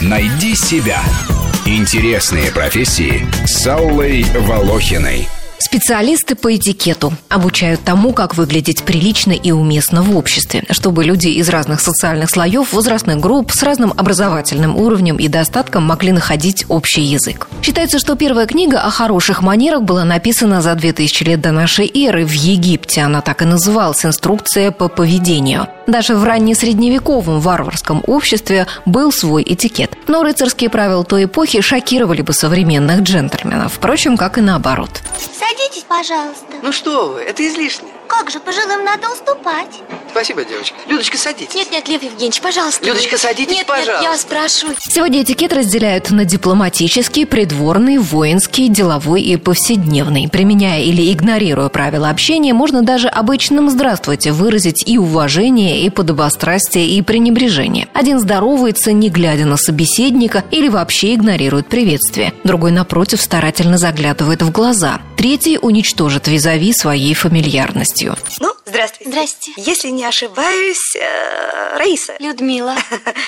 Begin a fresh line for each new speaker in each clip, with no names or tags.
Найди себя. Интересные профессии с Аллой Волохиной.
Специалисты по этикету обучают тому, как выглядеть прилично и уместно в обществе, чтобы люди из разных социальных слоев, возрастных групп с разным образовательным уровнем и достатком могли находить общий язык. Считается, что первая книга о хороших манерах была написана за 2000 лет до нашей эры в Египте. Она так и называлась «Инструкция по поведению». Даже в раннесредневековом варварском обществе был свой этикет. Но рыцарские правила той эпохи шокировали бы современных джентльменов. Впрочем, как и наоборот.
Садитесь, пожалуйста.
Ну что вы, это излишне.
Как же, пожилым надо уступать.
Спасибо, девочка. Людочка, садитесь.
Нет, нет, Лев Евгеньевич, пожалуйста.
Людочка, садитесь,
нет,
пожалуйста.
Нет, я вас прошу.
Сегодня этикет разделяют на дипломатический, придворный, воинский, деловой и повседневный. Применяя или игнорируя правила общения, можно даже обычным «здравствуйте» выразить и уважение, и подобострастие, и пренебрежение. Один здоровается, не глядя на собеседника, или вообще игнорирует приветствие. Другой, напротив, старательно заглядывает в глаза. Третий уничтожит визави своей фамильярностью.
Ну, здравствуйте.
Здрасте.
Если не ошибаюсь, э, Раиса.
Людмила.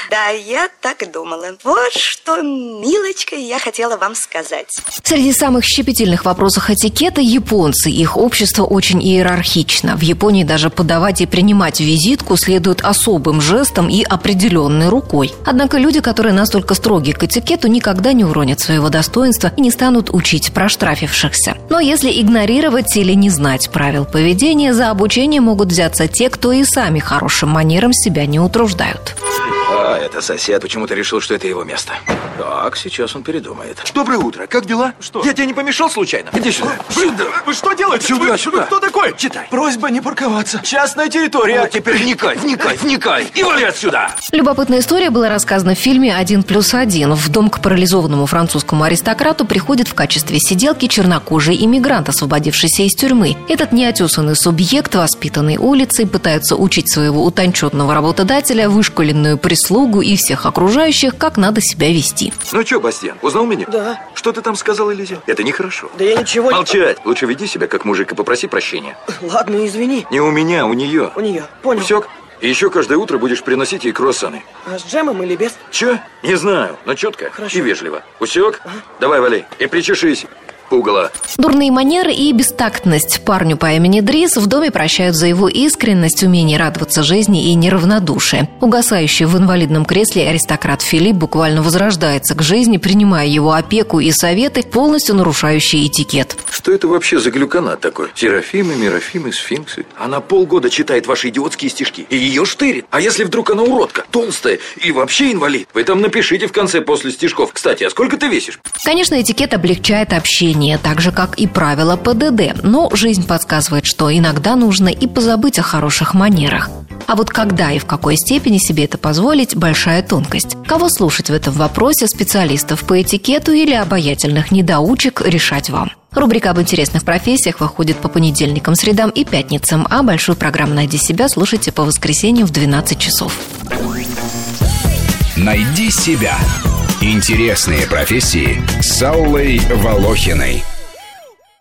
Да, я так и думала. Вот что, милочка, я хотела вам сказать.
Среди самых щепетильных вопросов этикета – японцы. Их общество очень иерархично. В Японии даже подавать и принимать визитку следует особым жестом и определенной рукой. Однако люди, которые настолько строги к этикету, никогда не уронят своего достоинства и не станут учить проштрафившихся. Но если игнорировать или не знать правил поведения, за обучение могут взяться те, кто и сами хорошим манерам себя не утруждают.
А, это сосед почему-то решил, что это его место. Так, сейчас он передумает.
Доброе утро, как дела? Что?
Я тебе не помешал случайно?
Иди сюда.
Вы что делаете?
Сюда,
Вы-
сюда.
вы кто такой?
Читай. Просьба не парковаться.
Частная территория.
А теперь вникай, вникай, вникай.
И вали отсюда!
Любопытная история была рассказана в фильме «Один плюс один». В дом к парализованному французскому аристократу приходит в качестве сиделки чернокожий иммигрант, освободившийся из тюрьмы. Этот неотесанный субъект, воспитанный улицей, пытается учить своего утонченного работодателя, вышкаленную прислугу и всех окружающих, как надо себя вести.
Ну что, Бастиан, узнал меня?
Да.
Что ты там сказал, Элизе? Это нехорошо.
Да я ничего
Молчать! Лучше веди себя как мужик и попроси прощения.
не... Ладно, извини.
Не у меня, а у нее.
У нее. Понял.
Усек? И еще каждое утро будешь приносить ей круассаны.
А с джемом или без?
Че? Не знаю, но четко
Хорошо.
и вежливо. Усек? Давай, вали. И причешись. Пугало.
Дурные манеры и бестактность парню по имени Дрис в доме прощают за его искренность, умение радоваться жизни и неравнодушие. Угасающий в инвалидном кресле аристократ Филипп буквально возрождается к жизни, принимая его опеку и советы, полностью нарушающие этикет.
Что это вообще за глюканат такой? Серафимы, Мерафимы, сфинксы. Она полгода читает ваши идиотские стишки. И ее штырит. А если вдруг она уродка, толстая и вообще инвалид? Вы там напишите в конце после стишков. Кстати, а сколько ты весишь?
Конечно, этикет облегчает общение, так же, как и правила ПДД, но жизнь подсказывает, что иногда нужно и позабыть о хороших манерах. А вот когда и в какой степени себе это позволить – большая тонкость. Кого слушать в этом вопросе – специалистов по этикету или обаятельных недоучек – решать вам. Рубрика об интересных профессиях выходит по понедельникам, средам и пятницам, а большую программу «Найди себя» слушайте по воскресеньям в 12 часов.
Найди себя. Интересные профессии с Аллой Волохиной.